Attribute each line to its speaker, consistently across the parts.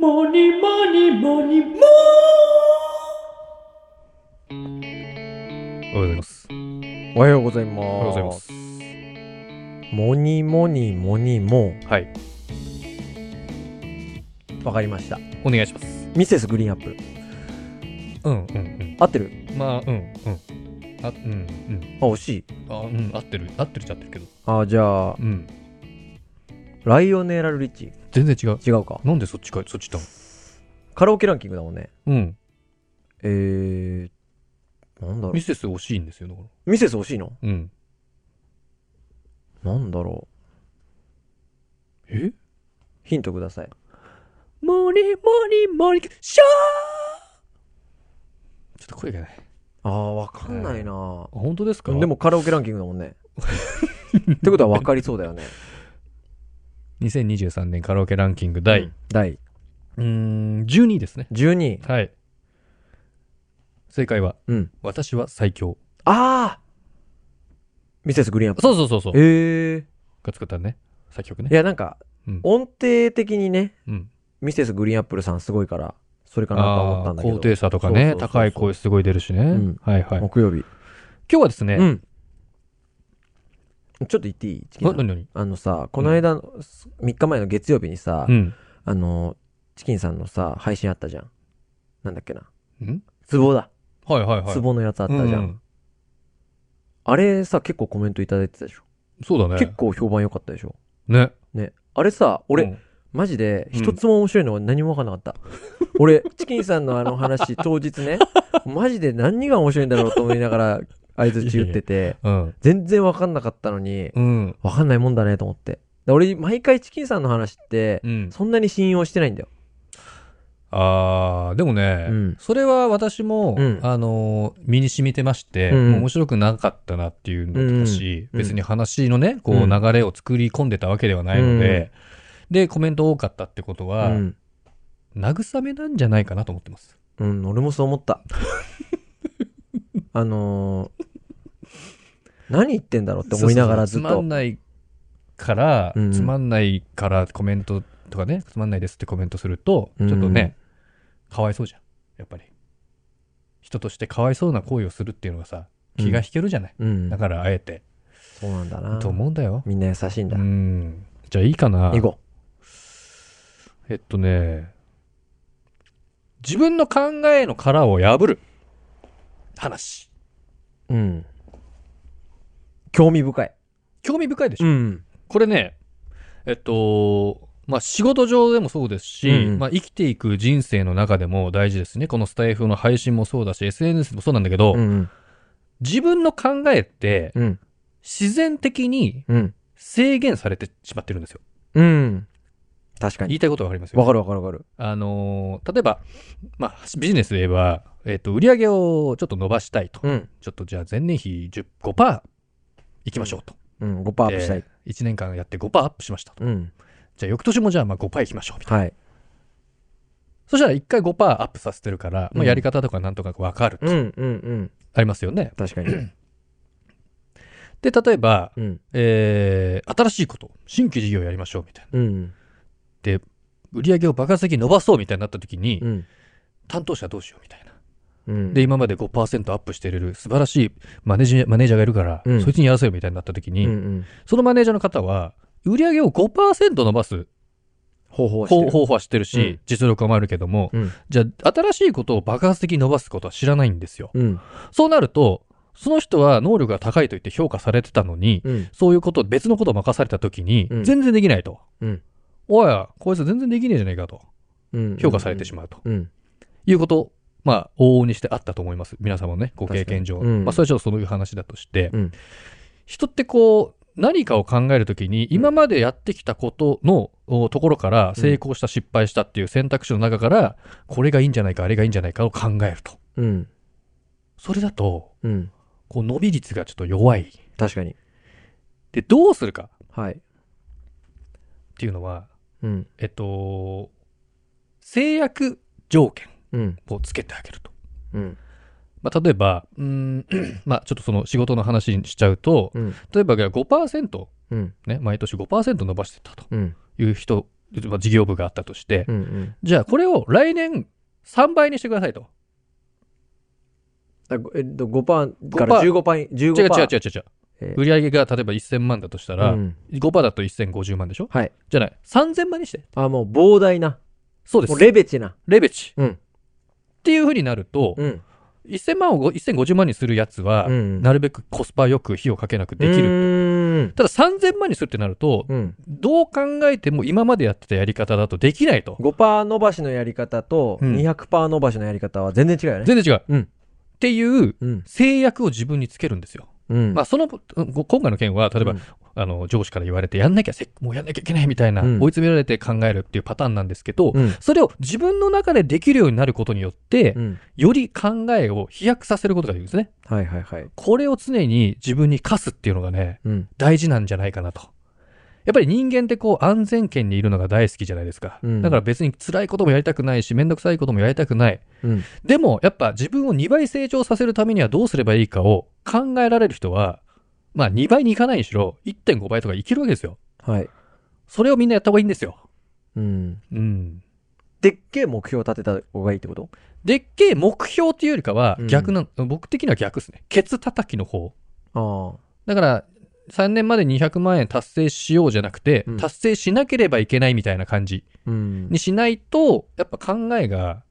Speaker 1: モニモニモニモー
Speaker 2: おはようございます。
Speaker 3: おはよう
Speaker 2: お
Speaker 3: ございます。お
Speaker 2: はようございます。
Speaker 3: モニモニモニモ。
Speaker 2: はい。
Speaker 3: わかりました。
Speaker 2: お願いします。
Speaker 3: ミセスグリーンアップル。
Speaker 2: うんうん
Speaker 3: 合ってる
Speaker 2: うん。まあ、うんうん。あ、うん
Speaker 3: あ、惜しい。
Speaker 2: うん。あ、うん。合ってる。合ってるっちゃ合ってるけど。
Speaker 3: あ、じゃあ、
Speaker 2: うん。
Speaker 3: ライオネラル・リッチ。
Speaker 2: 全然違う。
Speaker 3: 違うか。
Speaker 2: なんでそっちかいそっち行っ
Speaker 3: カラオケランキングだもんね。
Speaker 2: たのうん。
Speaker 3: えー、なんだろう
Speaker 2: ミ。セス惜しいんですよ、だか
Speaker 3: ミセス惜しいの
Speaker 2: ら。うん。
Speaker 3: なんだろう。
Speaker 2: え
Speaker 3: ヒントください。
Speaker 2: モリモリモリ、シャーちょっと声がない。あ、
Speaker 3: あー、わかんないな、
Speaker 2: 本当ですか
Speaker 3: で、もカラオケランキングだ もんね。ってことはわかりそうだよね。
Speaker 2: 2023年カラオケランキング第、
Speaker 3: 第
Speaker 2: うーん、12位ですね。
Speaker 3: 12位。
Speaker 2: はい。正解は、
Speaker 3: うん。
Speaker 2: 私は最強。
Speaker 3: あーミセスグリーンアップ
Speaker 2: そうそうそうそう。
Speaker 3: ル。えー。
Speaker 2: が作ったね。作曲ね
Speaker 3: い。や、なんか、
Speaker 2: うん
Speaker 3: 音程的にね、
Speaker 2: うん。
Speaker 3: ミセスグリーンアップルさんすごいから、それかなとは思ったんだけ
Speaker 2: あー
Speaker 3: ど。
Speaker 2: 高低差とかね
Speaker 3: そうそうそうそう
Speaker 2: 高い声すごい出るしね、
Speaker 3: ん
Speaker 2: はいはい。今
Speaker 3: 木曜日。
Speaker 2: 日はですね、
Speaker 3: うん。ちょっと言っていいチキン
Speaker 2: な
Speaker 3: さん
Speaker 2: 何何
Speaker 3: あのさ、この間、3日前の月曜日にさ、
Speaker 2: うん。
Speaker 3: あの、チキンさんのさ、配信あったじゃん。なんだっけな。
Speaker 2: うん
Speaker 3: ツボだ。
Speaker 2: はいはいはい。
Speaker 3: ツボのやつあ
Speaker 2: あ
Speaker 3: ったじゃん。あれさ、結構コメントいただいてたでしょ。
Speaker 2: そうだね。
Speaker 3: 結構評判良かったでしょ。
Speaker 2: ね。
Speaker 3: ね。あれさ、俺、
Speaker 2: うん
Speaker 3: マジで、
Speaker 2: うん
Speaker 3: 一つも面白いのは何も分かんな かった。俺、チキンさんのあの話、当日ね、マジで何が面白いんだろうと思いながら、相づち打ってて、
Speaker 2: うん。
Speaker 3: 全然分かんなかったのに、
Speaker 2: うん。
Speaker 3: 分かんないもんだねと思って。で俺、毎回チキンさんの話って
Speaker 2: う、ん。
Speaker 3: そんなに信用してないんだよ。
Speaker 2: あー、でもね、
Speaker 3: うん
Speaker 2: それは私も、
Speaker 3: うん
Speaker 2: あのー身に染みてまして、
Speaker 3: うんうん
Speaker 2: もう面白くなかったなっていうのだし、
Speaker 3: うんうん
Speaker 2: 別に話のね、こう、
Speaker 3: うん
Speaker 2: 流れを作り込んでたわけではないので、で、コメント多かったってこと
Speaker 3: う
Speaker 2: は、
Speaker 3: ん。
Speaker 2: 慰めなんじゃないかなと思ってます。
Speaker 3: うん、俺もそう 思った。あのー、何言ってんだろうって思いながらず
Speaker 2: そ
Speaker 3: っ
Speaker 2: うそうそうつま
Speaker 3: と
Speaker 2: ん。ないから、
Speaker 3: うん
Speaker 2: つまんないからコメントとかね、つまんないですってコメントすると、
Speaker 3: うん
Speaker 2: ちょっとね、かわいそうじゃん。やっぱり。人としてかわいそうな行為をするっていうのがさ、気が引けるじゃない。
Speaker 3: うん
Speaker 2: だ。から、あえて。
Speaker 3: そうなんだな
Speaker 2: と。思うんだよ。
Speaker 3: みんな優しいん
Speaker 2: う
Speaker 3: だ。
Speaker 2: ん。じゃあいいかな。
Speaker 3: 行こ
Speaker 2: えっとね、自分の考えの殻を破る話。
Speaker 3: う。うん。興味深い。
Speaker 2: 興味深いでしょ、
Speaker 3: ん。
Speaker 2: これね、えっと、まあ、仕事上でもそうですし、
Speaker 3: うんうん
Speaker 2: まあ、生きていく人生の中でも大事ですね。このスタイフの配信もそうだし、SNS もそうなんだけど、
Speaker 3: うん。
Speaker 2: 自分の考えって
Speaker 3: うん。
Speaker 2: 自然的に
Speaker 3: うん。
Speaker 2: 制限されてしまってるんですよ。
Speaker 3: うん。確か
Speaker 2: 言
Speaker 3: に。
Speaker 2: いたいことわかりますよ。
Speaker 3: わかるわかるわかる。
Speaker 2: あのー例えば、まあ、ビジネスで言えば、えっと、売り上げをちょっと伸ばしたいと。
Speaker 3: うん。
Speaker 2: ちょっとじゃあ前年比10 5%いきましょうと。
Speaker 3: うん。5%アップしたい。
Speaker 2: 1年間やって5%アップしましたと。
Speaker 3: うん。
Speaker 2: じゃあ翌年もじゃあまあ5%いきましょうみたいな。
Speaker 3: はい。
Speaker 2: そしたら一回5%アップさせてるから、ま
Speaker 3: う
Speaker 2: あ、
Speaker 3: ん
Speaker 2: やり方とかなんとかわかると、
Speaker 3: うんうんうん。
Speaker 2: ありますよね。
Speaker 3: 確 かに。
Speaker 2: で、例えば、
Speaker 3: うん。
Speaker 2: えー、新しいこと、新規事業やりましょうみたいな。
Speaker 3: うん。
Speaker 2: 売り上げを爆発的に伸ばそうみたいになった時に、
Speaker 3: うん。
Speaker 2: 担当者どうしようみたいな。
Speaker 3: うん。
Speaker 2: で、今まで5%アップしてれる素晴らしいマネージマネージャーがいるから、
Speaker 3: うん
Speaker 2: そいつにやらせよみたいになった時
Speaker 3: う
Speaker 2: に、
Speaker 3: んうん。
Speaker 2: そのマネージャーの方は、売り上げを5%伸ばす
Speaker 3: 方法はして
Speaker 2: 方
Speaker 3: る。
Speaker 2: 方法は知ってるし、
Speaker 3: うん
Speaker 2: 実力もあるけども、
Speaker 3: うん。
Speaker 2: じゃあ新しいことを爆発的に伸ばすことは知らないんですよ。
Speaker 3: うん。
Speaker 2: そうなると、その人は能力が高いと言って評価されてたのに、
Speaker 3: うん。
Speaker 2: そういうこと、別のことを任されたときに
Speaker 3: う、ん
Speaker 2: 全然できないと。
Speaker 3: うん
Speaker 2: おい、こいつ全然できねえじゃねえかと。
Speaker 3: うん。
Speaker 2: 評価されてしまうと。
Speaker 3: うん。うん。
Speaker 2: いうこと、まあ、往々にしてあったと思います。皆様ね、ご経験上。
Speaker 3: 確かにうん
Speaker 2: まあ、それはちょっとそういう話だとして、
Speaker 3: うん
Speaker 2: 人ってこう、何かを考えるときに、今までやってきたことのおところから、成功した、失敗したっていう選択肢の中から、これがいいんじゃないか、あれがいいんじゃないかを考えると。
Speaker 3: うん。
Speaker 2: それだと、
Speaker 3: うん。
Speaker 2: こう、伸び率がちょっと弱い。
Speaker 3: 確かに。
Speaker 2: で、どうするか
Speaker 3: はい。
Speaker 2: っていうのは、
Speaker 3: うん。
Speaker 2: えっと、制約条件
Speaker 3: うん。
Speaker 2: をつけてあげると。
Speaker 3: うん。
Speaker 2: まあ、例えば、うーん、 まあ、ちょっとその仕事の話にしちゃうと、
Speaker 3: うん。
Speaker 2: 例えばじゃあ5%、
Speaker 3: うん。
Speaker 2: ね、毎年5%伸ばしてたと
Speaker 3: うん。
Speaker 2: いう人まあ事業部があったとして、
Speaker 3: うんうん
Speaker 2: じゃあこれを来年3倍にしてくださいと。
Speaker 3: だえっと5%から15%パー
Speaker 2: 違う違う
Speaker 3: 15%
Speaker 2: 違う違う。
Speaker 3: えー
Speaker 2: 売上が例えば1000万だとしたら、
Speaker 3: うん
Speaker 2: 5%だと1050万でしょ
Speaker 3: はい
Speaker 2: じゃない。3000万にして。
Speaker 3: あもう膨大な
Speaker 2: そうで
Speaker 3: も
Speaker 2: す
Speaker 3: う。レベチな
Speaker 2: レベチ。
Speaker 3: うん
Speaker 2: っていうふうになると、
Speaker 3: うん
Speaker 2: 1000万をご1050万にするやつは、
Speaker 3: うん
Speaker 2: なるべくコスパよく費をかけなくできる。
Speaker 3: る
Speaker 2: ただ3000万にするってなると、
Speaker 3: うん
Speaker 2: どう考えても今までやってたやり方だとできないと。
Speaker 3: 5%伸ばしのやり方と
Speaker 2: うん
Speaker 3: 200%伸ばしのやり方は全然違うよね
Speaker 2: 全然違う。
Speaker 3: うん
Speaker 2: っていう
Speaker 3: うん
Speaker 2: 制約を自分につけるんですよ。
Speaker 3: うん
Speaker 2: まあ、その、うんご今回の件は、例えば、
Speaker 3: うん
Speaker 2: あの、上司から言われて、やんなきゃせ、もうやんなきゃいけないみたいな、
Speaker 3: うん
Speaker 2: 追い詰められて考えるっていうパターンなんですけど、
Speaker 3: うん
Speaker 2: それを自分の中でできるようになることによって、
Speaker 3: うん
Speaker 2: より考えを飛躍させることができるんですね。
Speaker 3: はいはいはい
Speaker 2: これを常に自分に課すっていうのがね、
Speaker 3: うん
Speaker 2: 大事なんじゃないかなと。やっぱり人間ってこう安全圏にいるのが大好きじゃないですか。
Speaker 3: うん
Speaker 2: だから別に辛いこともやりたくないし、めんどくさいこともやりたくない。
Speaker 3: うん
Speaker 2: でもやっぱ自分を2倍成長させるためにはどうすればいいかを考えられる人は、まあ2倍にいかないにしろ、1.5倍とかいけるわけですよ。
Speaker 3: はい
Speaker 2: それをみんなやった方がいいんですよ。
Speaker 3: うん
Speaker 2: うん。
Speaker 3: でっけえ目標を立てた方がいいってこと
Speaker 2: でっけえ目標っていうよりかは逆な、僕的には逆ですね。ケツ叩きの方。
Speaker 3: ああ
Speaker 2: だから、3年まで200万円達成しようじゃなくて、
Speaker 3: うん
Speaker 2: 達成しなければいけないみたいな感じ
Speaker 3: うん
Speaker 2: にしないと、やっぱ考えが、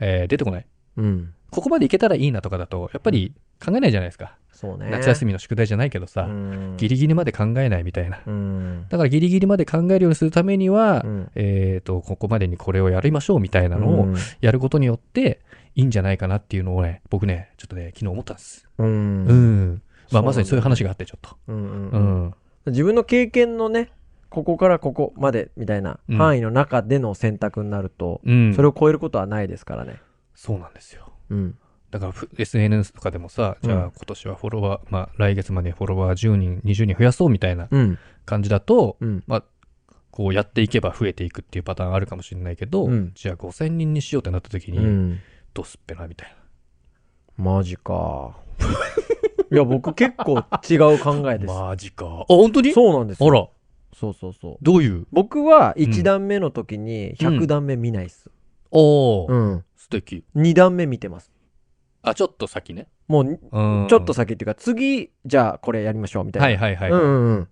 Speaker 2: えー出てこない。
Speaker 3: うん
Speaker 2: ここまでいけたらいいなとかだと、やっぱり考えないじゃないですか。
Speaker 3: そうね
Speaker 2: 夏休
Speaker 3: み
Speaker 2: みの宿題じゃないけどさ、
Speaker 3: うん
Speaker 2: ギリギリまで考えないみたいな。
Speaker 3: うん
Speaker 2: だからギリギリまで考えるようにするためには、
Speaker 3: うん
Speaker 2: えっ、と、ここまでにこれをやりましょうみたいなのをやることによって、いいんじゃないかなっていうのをね、僕ね、ちょっとね、昨日思ったんです。
Speaker 3: うん
Speaker 2: う
Speaker 3: うん
Speaker 2: ん。まあ、まさにそういう話があって、ちょっと。
Speaker 3: うん
Speaker 2: う
Speaker 3: うん
Speaker 2: ん。
Speaker 3: 自分の経験のねここからここまでみたいな
Speaker 2: うん
Speaker 3: 範囲の中での選択になると、
Speaker 2: うん。
Speaker 3: それを超えることはないですからね。
Speaker 2: そうなんですよ。
Speaker 3: うん。
Speaker 2: だからふ SNS とかでもさ、じゃあ
Speaker 3: うん
Speaker 2: 今年はフォロワー、まあ来月までフォロワー10人、20人増やそうみたいな
Speaker 3: うん。
Speaker 2: 感じだと、
Speaker 3: うん。
Speaker 2: こうやっていけば増えていくっていうパターンあるかもしれないけど、
Speaker 3: うん
Speaker 2: じゃあ5000人にしようってなった時
Speaker 3: う
Speaker 2: に、
Speaker 3: ん。
Speaker 2: どすっぺなみたい
Speaker 3: マジか。 いや、僕結構違う考えで
Speaker 2: な。
Speaker 3: す。
Speaker 2: マジか。あ、本当に
Speaker 3: そうなんです
Speaker 2: あ
Speaker 3: よ。
Speaker 2: ら、
Speaker 3: そうそうそう。
Speaker 2: どういう
Speaker 3: 僕は1段目の時に
Speaker 2: う
Speaker 3: 100
Speaker 2: ん
Speaker 3: 段目見ないっす。
Speaker 2: おー、
Speaker 3: うん。
Speaker 2: 素敵。
Speaker 3: 2段目見てます。
Speaker 2: あ、ちょっと先ね。
Speaker 3: もう、
Speaker 2: うん。
Speaker 3: ちょっと先っていうか、次、じゃあこれやりましょうみたいな。
Speaker 2: はいはいはい。
Speaker 3: うん
Speaker 2: あ
Speaker 3: うんうん。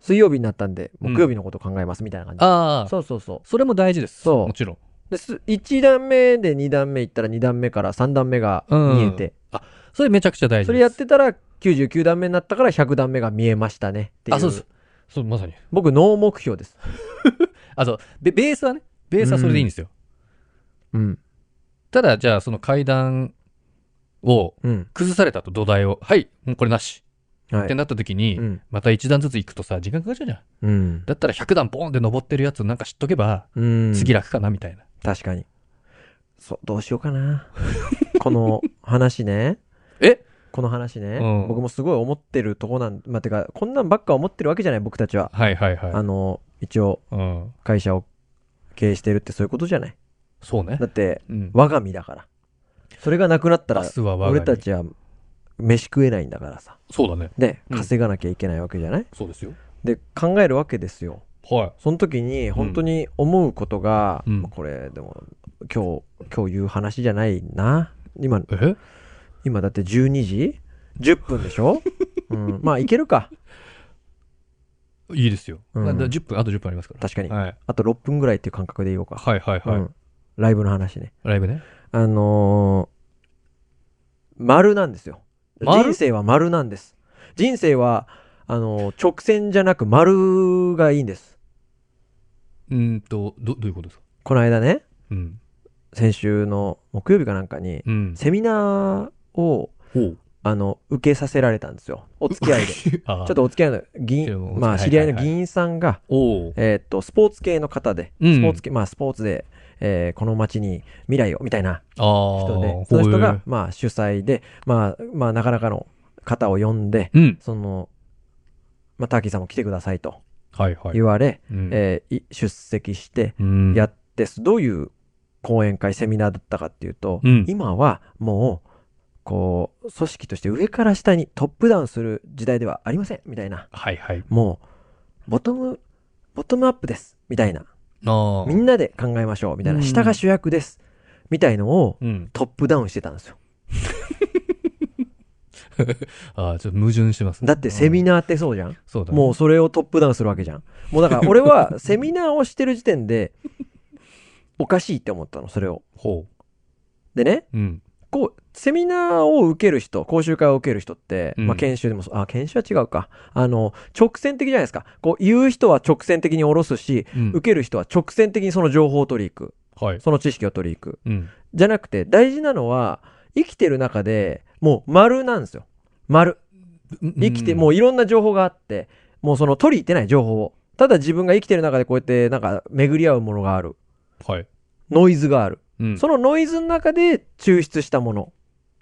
Speaker 3: 水曜日になったんで、
Speaker 2: うん
Speaker 3: 木曜日のこと考えますみたいな感じ。
Speaker 2: あー、
Speaker 3: そうそうそう。
Speaker 2: それも大事です。
Speaker 3: そう
Speaker 2: もちろん。
Speaker 3: です1段目で2段目行ったら2段目から3段目が見えて、
Speaker 2: それめちゃくちゃ大事です。
Speaker 3: それやってたら99段目になったから100段目が見えましたねっていう
Speaker 2: あ、そうです。そう、まさに。
Speaker 3: 僕ノー目標です
Speaker 2: あと、ベベースはね、ベースはそれでいいんですよ。
Speaker 3: うん
Speaker 2: ただ、じゃあ、その階段を
Speaker 3: うん
Speaker 2: 崩されたと、土台を。はい、もうこれなし。
Speaker 3: は
Speaker 2: って
Speaker 3: い
Speaker 2: なった時に、
Speaker 3: うん
Speaker 2: また一段ずつ行くとさ、時間かかっちゃうじゃん。
Speaker 3: うん、
Speaker 2: だったら100段ボーンって登ってるやつなんか知っとけば、
Speaker 3: うん、
Speaker 2: 次楽かな、みたいな。
Speaker 3: 確かにそうどうしよう かなこの話ね
Speaker 2: え
Speaker 3: この話ね、
Speaker 2: うん
Speaker 3: 僕もすごい思ってるとこなんまあ、てかこんなんばっか思ってるわけじゃない僕たちは、
Speaker 2: はいはい
Speaker 3: あ
Speaker 2: は
Speaker 3: の一応
Speaker 2: い。うん。
Speaker 3: 会社を経営してるってそういうことじゃない
Speaker 2: そうね
Speaker 3: だ。って
Speaker 2: うん。
Speaker 3: 我が身だからそれがなくなったら
Speaker 2: 明日は我が身
Speaker 3: 俺たちは飯食えないんだからさ
Speaker 2: そうだね。
Speaker 3: で
Speaker 2: うん
Speaker 3: 稼がなきゃいけないわけじゃない、
Speaker 2: そうですよ。
Speaker 3: で考えるわけですよ
Speaker 2: は
Speaker 3: その時に本当に思うことが、
Speaker 2: うん
Speaker 3: まあこれでも今日今日言う話じゃないな今
Speaker 2: い。え
Speaker 3: 今だって12時10分で しょ、うん、まあいけるか
Speaker 2: いいですよ。
Speaker 3: うん
Speaker 2: だだ10分、あと10分ありますから。
Speaker 3: 確かに、
Speaker 2: はい。
Speaker 3: あと6分ぐらいっていう感覚でいようか、
Speaker 2: はいはいはい。
Speaker 3: うん、ライブの話ね
Speaker 2: ライブね。
Speaker 3: あのー丸なんですよ。
Speaker 2: 丸
Speaker 3: 人生は丸なんです。人生は、あのー直線じゃなく丸がいいんです。
Speaker 2: うーんと、ど、どういうことですか
Speaker 3: この間ね、
Speaker 2: うん。
Speaker 3: 先週の木曜日かなんかに、
Speaker 2: うん。
Speaker 3: セミナーを、
Speaker 2: おう。
Speaker 3: あの、受けさせられたんですよ。お付き合いで。ち
Speaker 2: あ
Speaker 3: ょ
Speaker 2: あ。
Speaker 3: っとお付き合いの議
Speaker 2: でも
Speaker 3: 員、ま
Speaker 2: はいはいは
Speaker 3: あ
Speaker 2: い
Speaker 3: 知り合いの議員さんが、
Speaker 2: おう。
Speaker 3: えーっと、スポーツ系の方で、
Speaker 2: うん
Speaker 3: スポーツ系、まあスポーツで、えーこの街に未来を、みたいな
Speaker 2: ああ。
Speaker 3: 人で、そ
Speaker 2: ほ
Speaker 3: の
Speaker 2: え
Speaker 3: 人が、まあ主催で、まあ、まあなかなかの方を呼んで、
Speaker 2: うん。
Speaker 3: その、まあ、ターキーさんも来てくださいと
Speaker 2: はいはい。
Speaker 3: 言われ、
Speaker 2: うん
Speaker 3: えーい出席して
Speaker 2: うん
Speaker 3: やって、どういう講演会、セミナーだったかっていうと、
Speaker 2: うん
Speaker 3: 今はもう、こう、組織として上から下にトップダウンする時代ではありません、みたいな。
Speaker 2: はいはい。
Speaker 3: もう、ボトムボトムアップです。みたいな。
Speaker 2: ああ
Speaker 3: み。んなで考えましょう。みたいな。
Speaker 2: うん
Speaker 3: 下が主役です。みたいのを
Speaker 2: うん。
Speaker 3: トップダウンしてたんですよ。
Speaker 2: ああ、ちょっと矛盾してますね。
Speaker 3: だってセミナーってそうじゃん。
Speaker 2: そうだね。
Speaker 3: もうそれをトップダウンするわけじゃん。もうだから俺はセミナーをしてる時点で、おかしいって思ったの、それを。
Speaker 2: ほ
Speaker 3: でね、
Speaker 2: う。うん。
Speaker 3: こう、セミナーを受ける人、講習会を受ける人って、
Speaker 2: うん
Speaker 3: まあ研修でもそう、あ、研修は違うか。あの、直線的じゃないですか。こう、言う人は直線的に下ろすし、
Speaker 2: うん
Speaker 3: 受ける人は直線的にその情報を取り行く。
Speaker 2: はい。
Speaker 3: その知識を取り行く。
Speaker 2: うん。
Speaker 3: じゃなくて、大事なのは、生きてる中で、もう丸なんですよ。丸。生きて、も
Speaker 2: う
Speaker 3: ういろんな情報があって、もうその取り入ってない情報を。ただ自分が生きてる中でこうやって、なんか巡り合うものがある。
Speaker 2: ん。はい。
Speaker 3: ノイズがある。
Speaker 2: うん。
Speaker 3: そのノイズの中で抽出したもの。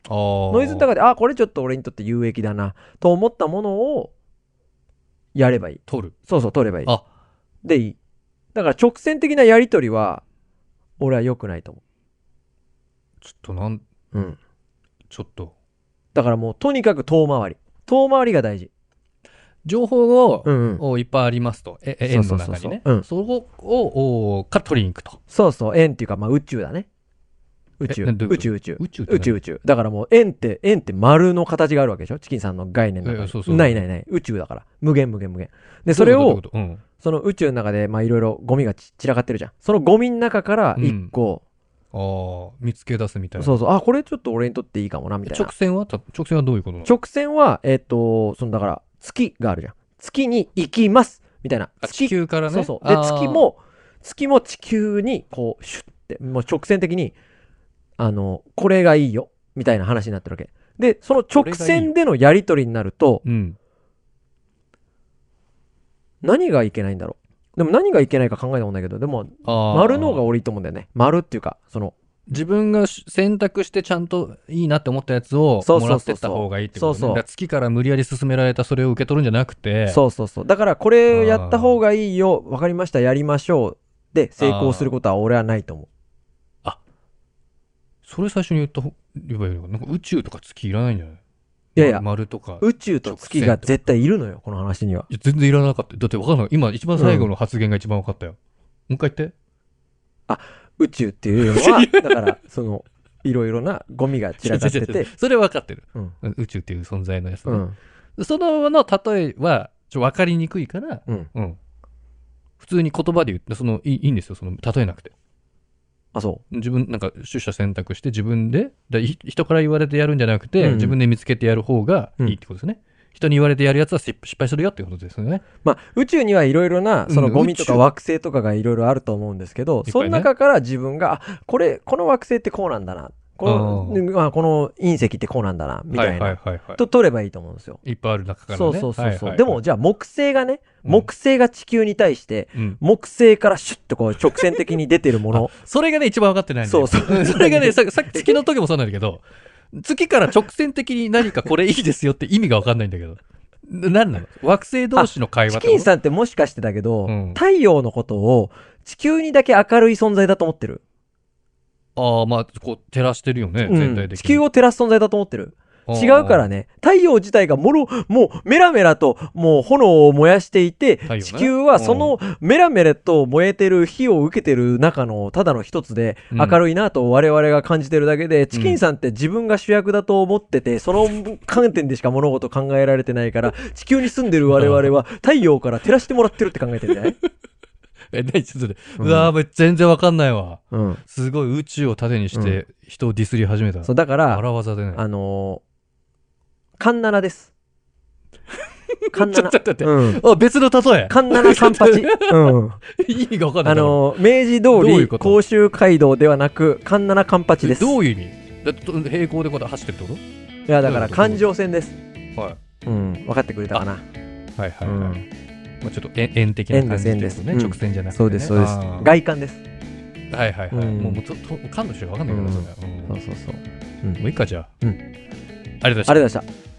Speaker 3: ノ
Speaker 2: ノ
Speaker 3: イズの中で、あ、これちょっと俺にとって有益だな、と思ったものを、やればいい。
Speaker 2: 取る。
Speaker 3: そうそう、取ればいい。
Speaker 2: あ
Speaker 3: で、いい。だから直線的なやりとりは、俺は良くないと思
Speaker 2: ちょっとなん、
Speaker 3: う。うん。
Speaker 2: ちょっと。
Speaker 3: だからもう、とにかく遠回り。遠回りが大事。
Speaker 2: 情報を、
Speaker 3: うんうん。
Speaker 2: おいっぱいありますと。え、え、
Speaker 3: そう
Speaker 2: 円
Speaker 3: そ
Speaker 2: の
Speaker 3: うそう
Speaker 2: 中
Speaker 3: そう
Speaker 2: にね。
Speaker 3: うん
Speaker 2: そこを、おから取りに行くと。
Speaker 3: そうそう、円っていうか、まあ宇宙だね。宇宙。
Speaker 2: えなどういうこ
Speaker 3: 宇
Speaker 2: と
Speaker 3: 宙宇宙。
Speaker 2: 宇宙って何
Speaker 3: 宇宙宇宙。だからもう円って、円って丸の形があるわけでしょチキンさんの概念の中
Speaker 2: いや
Speaker 3: に
Speaker 2: そうそう
Speaker 3: ないないない。宇宙だから。無限無限無限。で、それ
Speaker 2: どういう
Speaker 3: を
Speaker 2: こ、とどういうこ
Speaker 3: その宇宙の中で、まあいろいろゴミがち散らかってるじゃん。そのゴミの中から一個、
Speaker 2: とうん。ああ、見つけ出すみたいな。
Speaker 3: そうそう、あ、これちょっと俺にとっていいかもな、みたい
Speaker 2: 直
Speaker 3: な。
Speaker 2: 線はた直線はどういうことなの
Speaker 3: 直線は、えっ、と、そのだから、月があるじゃん。月に行きますみたいな。
Speaker 2: あ地球からね。
Speaker 3: そうそう。で、
Speaker 2: あー
Speaker 3: 月。も、月も地球に、こう、シュッて、もう直線的に、あの、これがいいよ、みたいな話になってるわけ。で、その直線でのやりとりになると、
Speaker 2: うん。
Speaker 3: 何がいけないんだろう。でも何がいけないか考えたことないけど、でも、
Speaker 2: ああ。
Speaker 3: 丸の方が俺いいと思うんだよね。丸っていうか、その、
Speaker 2: 自分がし選択してちゃんといいなって思ったやつを
Speaker 3: そうそ
Speaker 2: も
Speaker 3: う
Speaker 2: ら
Speaker 3: そう
Speaker 2: っ
Speaker 3: そ
Speaker 2: てった
Speaker 3: う
Speaker 2: 方がいいってこと、ね、
Speaker 3: そうそう
Speaker 2: だから月から無理やり勧められたそれを受け取るんじゃなくて
Speaker 3: そうそうそう。だから、これやった方がいいよ、わかりました、やりましょう。で、成功することは俺はないと思う。
Speaker 2: それ最初に言った方言えばいいのかなんか宇宙とか月いらないんじゃない
Speaker 3: いやいや
Speaker 2: ま丸とか。い
Speaker 3: 宇宙と月が絶対いるのよ、この話には。
Speaker 2: や全然いらなかった。だって分かんない。今一番最後の発言が一番分かったよ。もう一回言って。
Speaker 3: 宇宙っていうの は、だから、その、いろいろなゴミが散らかって
Speaker 2: 違う違う
Speaker 3: て
Speaker 2: 違う、 それは分かってる。
Speaker 3: うん。
Speaker 2: 宇宙っていう存在のやつ、ね
Speaker 3: うん。
Speaker 2: そのの例えはちょ分かりにくいから、
Speaker 3: うん。
Speaker 2: うん。普通に言葉で言って、そのいいいいんですよ。その例えなくて。
Speaker 3: あ、そ
Speaker 2: 自分なんか取捨選択して自分でだひ人から言われてやるんじゃなくて、
Speaker 3: うん
Speaker 2: 自分で見つけてやる方がいいってことですね、人に言われてやるやつは失失敗するよってことですよね
Speaker 3: う。まあ、宇宙にはいろいろな、その
Speaker 2: うん
Speaker 3: ゴミとか
Speaker 2: 宇宙
Speaker 3: 惑星とかがいろいろあると思うんですけど、
Speaker 2: いっぱいね
Speaker 3: その中から自分が、あ、これ、この惑星ってこうなんだな。この、
Speaker 2: あー
Speaker 3: まあ、この隕石ってこうなんだな、みたい
Speaker 2: はい
Speaker 3: な。
Speaker 2: はいはい、は
Speaker 3: と取ればいいと思うんですよ。
Speaker 2: い。いっぱいある中からね。
Speaker 3: そうそうそう
Speaker 2: はいはい
Speaker 3: そ
Speaker 2: は
Speaker 3: う。
Speaker 2: い
Speaker 3: でも、、じゃあ、木星がね、
Speaker 2: うん
Speaker 3: 木星が地球に対して、
Speaker 2: うん、
Speaker 3: 木星からシュッとこう直線的に出てるも の。
Speaker 2: それがね一番分かってないんだ
Speaker 3: そう
Speaker 2: よ
Speaker 3: そ う
Speaker 2: それがねささっき月の時もそうなんだけど月から直線的に何かこれいいですよって意味が分かんないんだけどななんなの惑星同士の会話
Speaker 3: チ
Speaker 2: って
Speaker 3: キ
Speaker 2: こ
Speaker 3: ン
Speaker 2: と
Speaker 3: さんってもしかしてだけど、
Speaker 2: うん
Speaker 3: 太陽のことを地球にだけ明るい存在だと思ってる。
Speaker 2: ああまあこう照らしてるよね、
Speaker 3: うん
Speaker 2: 全体的に
Speaker 3: 地球を照らす存在だと思ってる。違うから
Speaker 2: ね
Speaker 3: ね、太陽自体がもろ、もうメラメラともう炎を燃やしていて、
Speaker 2: 太陽ね
Speaker 3: 地球はそのメラメラと燃えてる火を受けてる中のただの一つで、
Speaker 2: うん
Speaker 3: 明るいなと我々が感じてるだけで、チキンさんって自分が主役だと思ってて、その観点でしか物事考えられてないから、地球に住んでる我々は太陽から照らしてもらってるって考えてるね。
Speaker 2: え何ちょっと待って
Speaker 3: うん
Speaker 2: うわーもう全然分かんないわ
Speaker 3: うん。
Speaker 2: すごい宇宙を盾にして人をディスり始めた。
Speaker 3: そう、だから、
Speaker 2: 荒技でね。
Speaker 3: あのー、カンナナです。カン
Speaker 2: ち
Speaker 3: ナ
Speaker 2: ょっ
Speaker 3: ナ
Speaker 2: と。待って。
Speaker 3: うん。
Speaker 2: あ、別の例え。
Speaker 3: カンナナカンパチ。うん。
Speaker 2: 意味が分かんない。
Speaker 3: あのー、明治通
Speaker 2: どうい
Speaker 3: り
Speaker 2: うこと
Speaker 3: 甲州街道ではなく、カンナナカンパチ
Speaker 2: え
Speaker 3: です。
Speaker 2: ど
Speaker 3: いう
Speaker 2: いう意味だって平行でこうやって走ってるって
Speaker 3: や、だから環状線です。
Speaker 2: ことはい。
Speaker 3: うん。分かってくれたかな。
Speaker 2: はいは
Speaker 3: う
Speaker 2: いはい。
Speaker 3: ん。
Speaker 2: まあ、ちょっと円円的な感じ
Speaker 3: 円
Speaker 2: で
Speaker 3: です
Speaker 2: す
Speaker 3: 円
Speaker 2: ね。
Speaker 3: ですうん
Speaker 2: 直線じゃなくて、ね。
Speaker 3: そうです、そうです
Speaker 2: あー。
Speaker 3: 外観です。
Speaker 2: はいはいはい。
Speaker 3: うん
Speaker 2: もうもうちょっと、感度して分かんないけど、それはうん
Speaker 3: そうそうそう。
Speaker 2: もういいか、じゃあ。
Speaker 3: うん
Speaker 2: ありがとうございました
Speaker 3: ありがとうございました。